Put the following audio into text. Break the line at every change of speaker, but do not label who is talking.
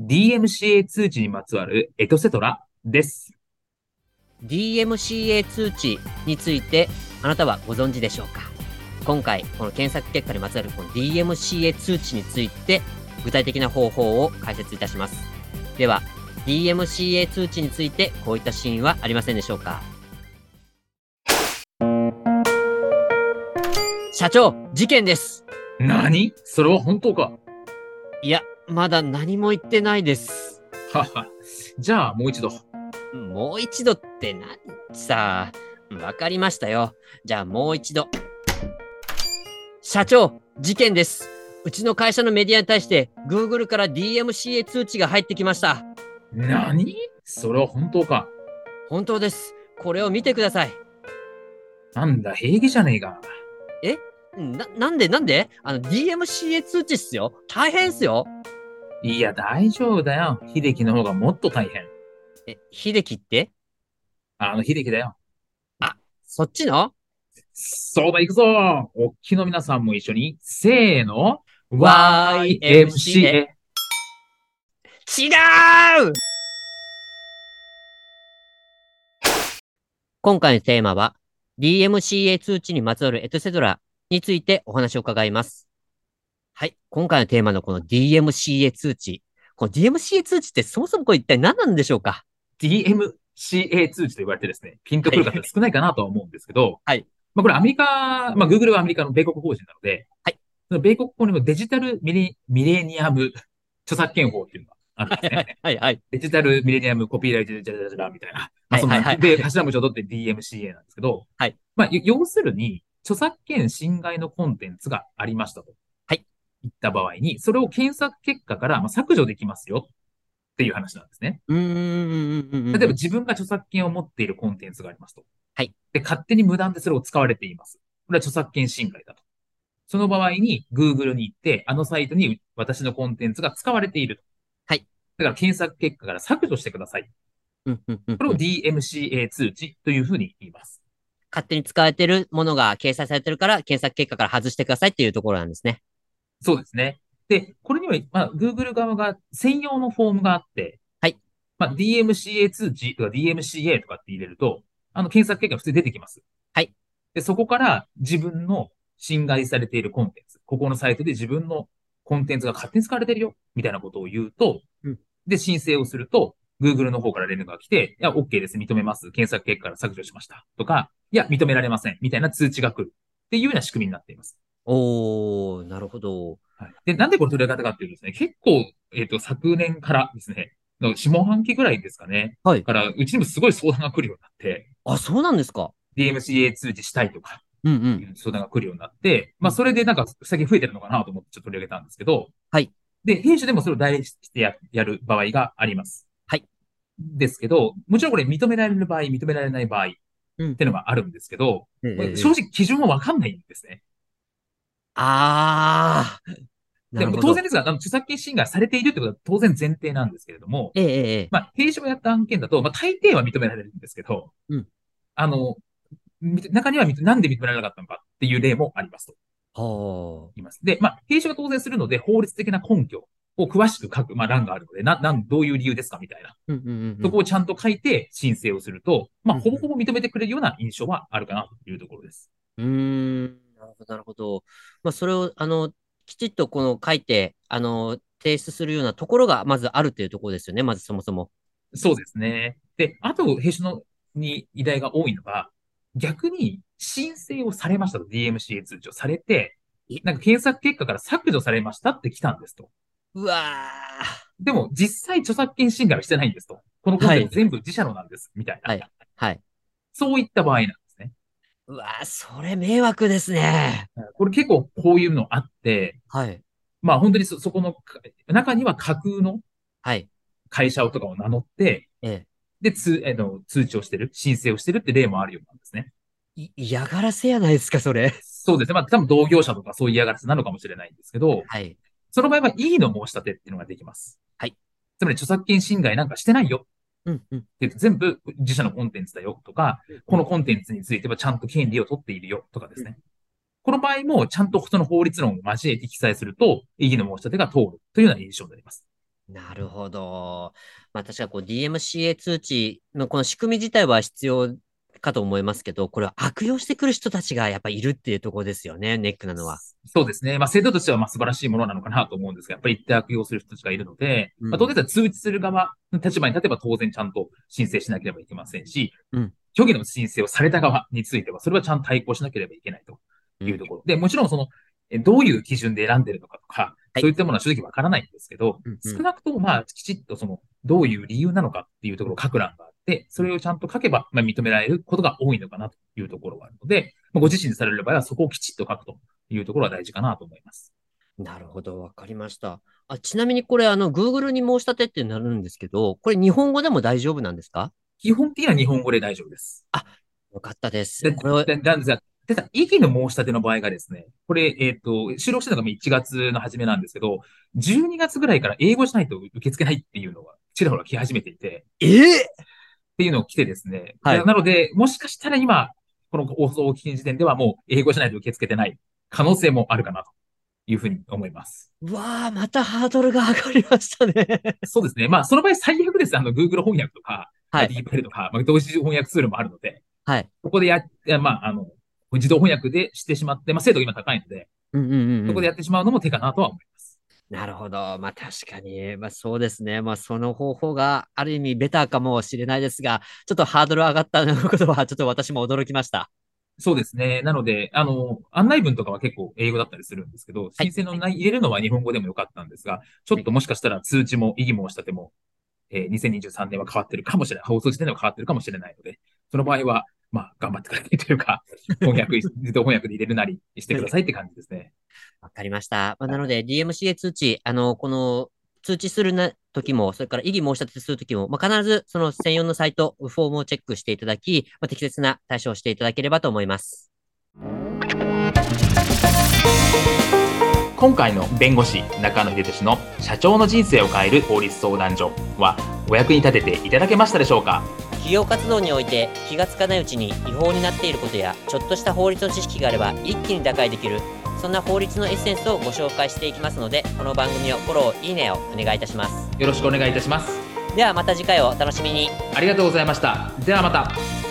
DMCA 通知にまつわるエトセトラです
DMCA 通知についてあなたはご存知でしょうか今回この検索結果にまつわるこの DMCA 通知について具体的な方法を解説いたしますでは DMCA 通知についてこういったシーンはありませんでしょうか社長事件です
何それは本当か
いやまだ何も言ってないです
ははじゃあもう一度
もう一度って何さあわかりましたよじゃあもう一度社長事件ですうちの会社のメディアに対して Google から DMCA 通知が入ってきました
何それは本当か
本当ですこれを見てください
なんだ平気じゃねえか
な、なんでなんであの DMCA 通知っすよ。大変っすよ。
いや大丈夫だよ秀樹の方がもっと大変
え、秀樹って
あの秀樹だよ
そっちの
そうだ、行くぞおっきの皆さんも一緒に、せーの
YMCA 違う今回のテーマは DMCA 通知にまつわるエトセトラについてお話を伺います。はい。今回のテーマのこの DMCA 通知。この DMCA 通知ってそもそもこれ一体何なんでしょうか
DMCA 通知と言われてですね、ピンとくる方少ないかなとは思うんですけど、
はい。
まあこれアメリカ、まあ Google はアメリカの米国法人なので、
はい。
その米国法にもデジタルミレミレニアム著作権法っていうのがあるんですね。
はいはい。
デジタルミレニアムコピーライトジャジャジャジャラみたいな。ま
は
あ
い
そんな
はいはい
で、頭文字を取って DMCA なんですけど、
はい。
まあ、よ要するに、著作権侵害のコンテンツがありましたと。
はい。
言った場合に、それを検索結果からまあ削除できますよっていう話なんですね。
うーんうんうんうん。
例えば自分が著作権を持っているコンテンツがありますと。
はい。
で、勝手に無断でそれを使われています。これは著作権侵害だと。その場合に Google に行って、あのサイトに私のコンテンツが使われていると。
はい。
だから検索結果から削除してください。
うんうんうんうん
これを DMCA 通知というふうに言います。
勝手に使われてるものが掲載されてるから、検索結果から外してくださいっていうところなんですね。
そうですね。で、これには、まあ、Google 側が専用のフォームがあって、
はい。
まあ、DMCA 通知とか DMCA とかって入れると、あの、検索結果が普通に出てきます。
はい。
で、そこから自分の侵害されているコンテンツ、ここのサイトで自分のコンテンツが勝手に使われてるよ、みたいなことを言うと、
うん
で、申請をすると、Google の方から連絡が来て、いや、OK です、認めます、検索結果から削除しました、とか、いや、認められません、みたいな通知が来る、っていうような仕組みになっています。
おー、なるほど。
はいで、なんでこれ取り上げたかっていうとですね、結構、えっ、と、昨年からですね、の下半期ぐらいですかね。
はい
から、うちにもすごい相談が来るようになって、
あ、そうなんですか。
DMCA 通知したいとか、
うんう
い
ん。
う相談が来るようになって、まあ、それでなんか、最近増えてるのかなと思ってちょっと取り上げたんですけど、
はい。
で、弊社でもそれを代理してややる場合があります。
はい。
ですけど、もちろんこれ認められる場合、認められない場合っていうのがあるんですけど、これ正
ええ
直基準はわかんないんですね。
あー。
で
なる
も
ほど
当然ですが、あの著作権侵害されているってことは当然前提なんですけれども、
ええええええ
まあ、弊社がやった案件だと、まあ、大抵は認められるんですけど、
うん
あの、み中にはみなんで認められなかったのかっていう例もありますと
は
言います。で、まあ、弊社が当然するので、法律的な根拠を詳しく書く、まあ、欄があるので、な、なん、どういう理由ですかみたいな。
ー。うんうんう
そ
ん
こをちゃんと書いて申請をすると、まあ、
うん
ほぼほぼ認めてくれるような印象はあるかなというところです。
うん。うーん。なるほど、なるほど。まあ、それを、あの、きちっとこの書いて、あの、提出するようなところがまずあるというところですよね。まずそもそも。
そうですね。で、あと、弊社のに依頼が多いのが、逆に申請をされましたと、DMCA 通知をされて
え、
なんか検索結果から削除されましたって来たんですと。
うわー。
でも、実際著作権侵害はしてないんですと。このコンテンツ全部自社のなんです、みたいな、
はいはい。
そういった場合なんですね。
うわー、それ迷惑ですね。
これ結構こういうのあって、
はい。
まあ本当にそ、そこの、中には架空の
はい。
会社をとかを名乗って、
ええ。
で、つ、えの、通知をしてる、申請をしてるって例もあるようなんですね。
い嫌がらせやないですか、それ。
そうですね。まあ、多分同業者とかそういう嫌がらせなのかもしれないんですけど、
はい。
その場合は、いいの申し立てっていうのができます。
はい。
つまり、著作権侵害なんかしてないよ
うん、うん。
って言って、全部自社のコンテンツだよとか、このコンテンツについてはちゃんと権利を取っているよとかですね。この場合も、ちゃんとその法律論を交えて記載すると、異議の申し立てが通るというような印象になります。
なるほど。まあ確かこう DMCA 通知のこの仕組み自体は必要かと思いますけど、これは悪用してくる人たちがやっぱいるっていうところですよね、ネックなのは。
そうですね。まあ、制度としてはまあ素晴らしいものなのかなと思うんですが、やっぱり一定悪用する人たちがいるので、
うん
まあ、当然通知する側の立場に立てば当然ちゃんと申請しなければいけませんし、
うん
虚偽の申請をされた側については、それはちゃんと対抗しなければいけないというところ。で、もちろんその、えどういう基準で選んでるのかとか、
はい
そういったものは正直わからないんですけど、
うんうん
少なくともまあ、きちっとその、どういう理由なのかっていうところを書く欄があって、それをちゃんと書けば、まあ、認められることが多いのかなというところがあるので、まあ、ご自身でされる場合はそこをきちっと書くというところは大事かなと思います。
なるほど、わかりました。あ、ちなみにこれ、あの、Google に申し立てってなるんですけど、これ日本語でも大丈夫なんですか
基本的には日本語で大丈夫です。
よかったです。
で、
これは、
でなんですが、ただ、異議の申し立ての場合がですね、これ、えっ、と、収録したのが1月の初めなんですけど、12月ぐらいから英語じゃないと受け付けないっていうのが、ちらほら来始めていて、
えー
っていうのを来てですね。
はい
なので、もしかしたら今、この放送を聞き時点ではもう英語じゃないと受け付けてない可能性もあるかなというふうに思います。
うわあ、またハードルが上がりましたね。
そうですね。まあ、その場合最悪です。あの、Google 翻訳とか、
はい
ディープルとか、まあ、同時翻訳ツールもあるので、
はい。
ここでや、いやまあ、あの、自動翻訳でしてしまって、まあ、精度が今高いので、
うんうんうんうん。
そこでやってしまうのも手かなとは思います。
なるほど。まあ確かに、まあそうですね。まあその方法がある意味ベターかもしれないですが、ちょっとハードル上がったのことはちょっと私も驚きました。
そうですね。なので、あの、案内文とかは結構英語だったりするんですけど、申請の内入れるのは日本語でもよかったんですが、ちょっともしかしたら通知も異議申し立ても、えー2023年は変わってるかもしれない。放送時点では変わってるかもしれないので、その場合は、まあ、頑張ってくださいというか、翻訳、自動翻訳で入れるなりしてくださいって感じですね。
わかりました。まあ、なので DMCA 通知、あの、この通知するな時も、それから異議申し立てする時も、まあ、必ずその専用のサイト、フォームをチェックしていただき、まあ、適切な対処をしていただければと思います。
今回の弁護士中野秀俊の社長の人生を変える法律相談所は、お役に立てていただけましたでしょうか
企業活動において気がつかないうちに違法になっていることやちょっとした法律の知識があれば一気に打開できるそんな法律のエッセンスをご紹介していきますのでこの番組をフォローいいねをお願いいたします
よろしくお願いいたします。
ではまた次回をお楽しみに
ありがとうございました。ではまた。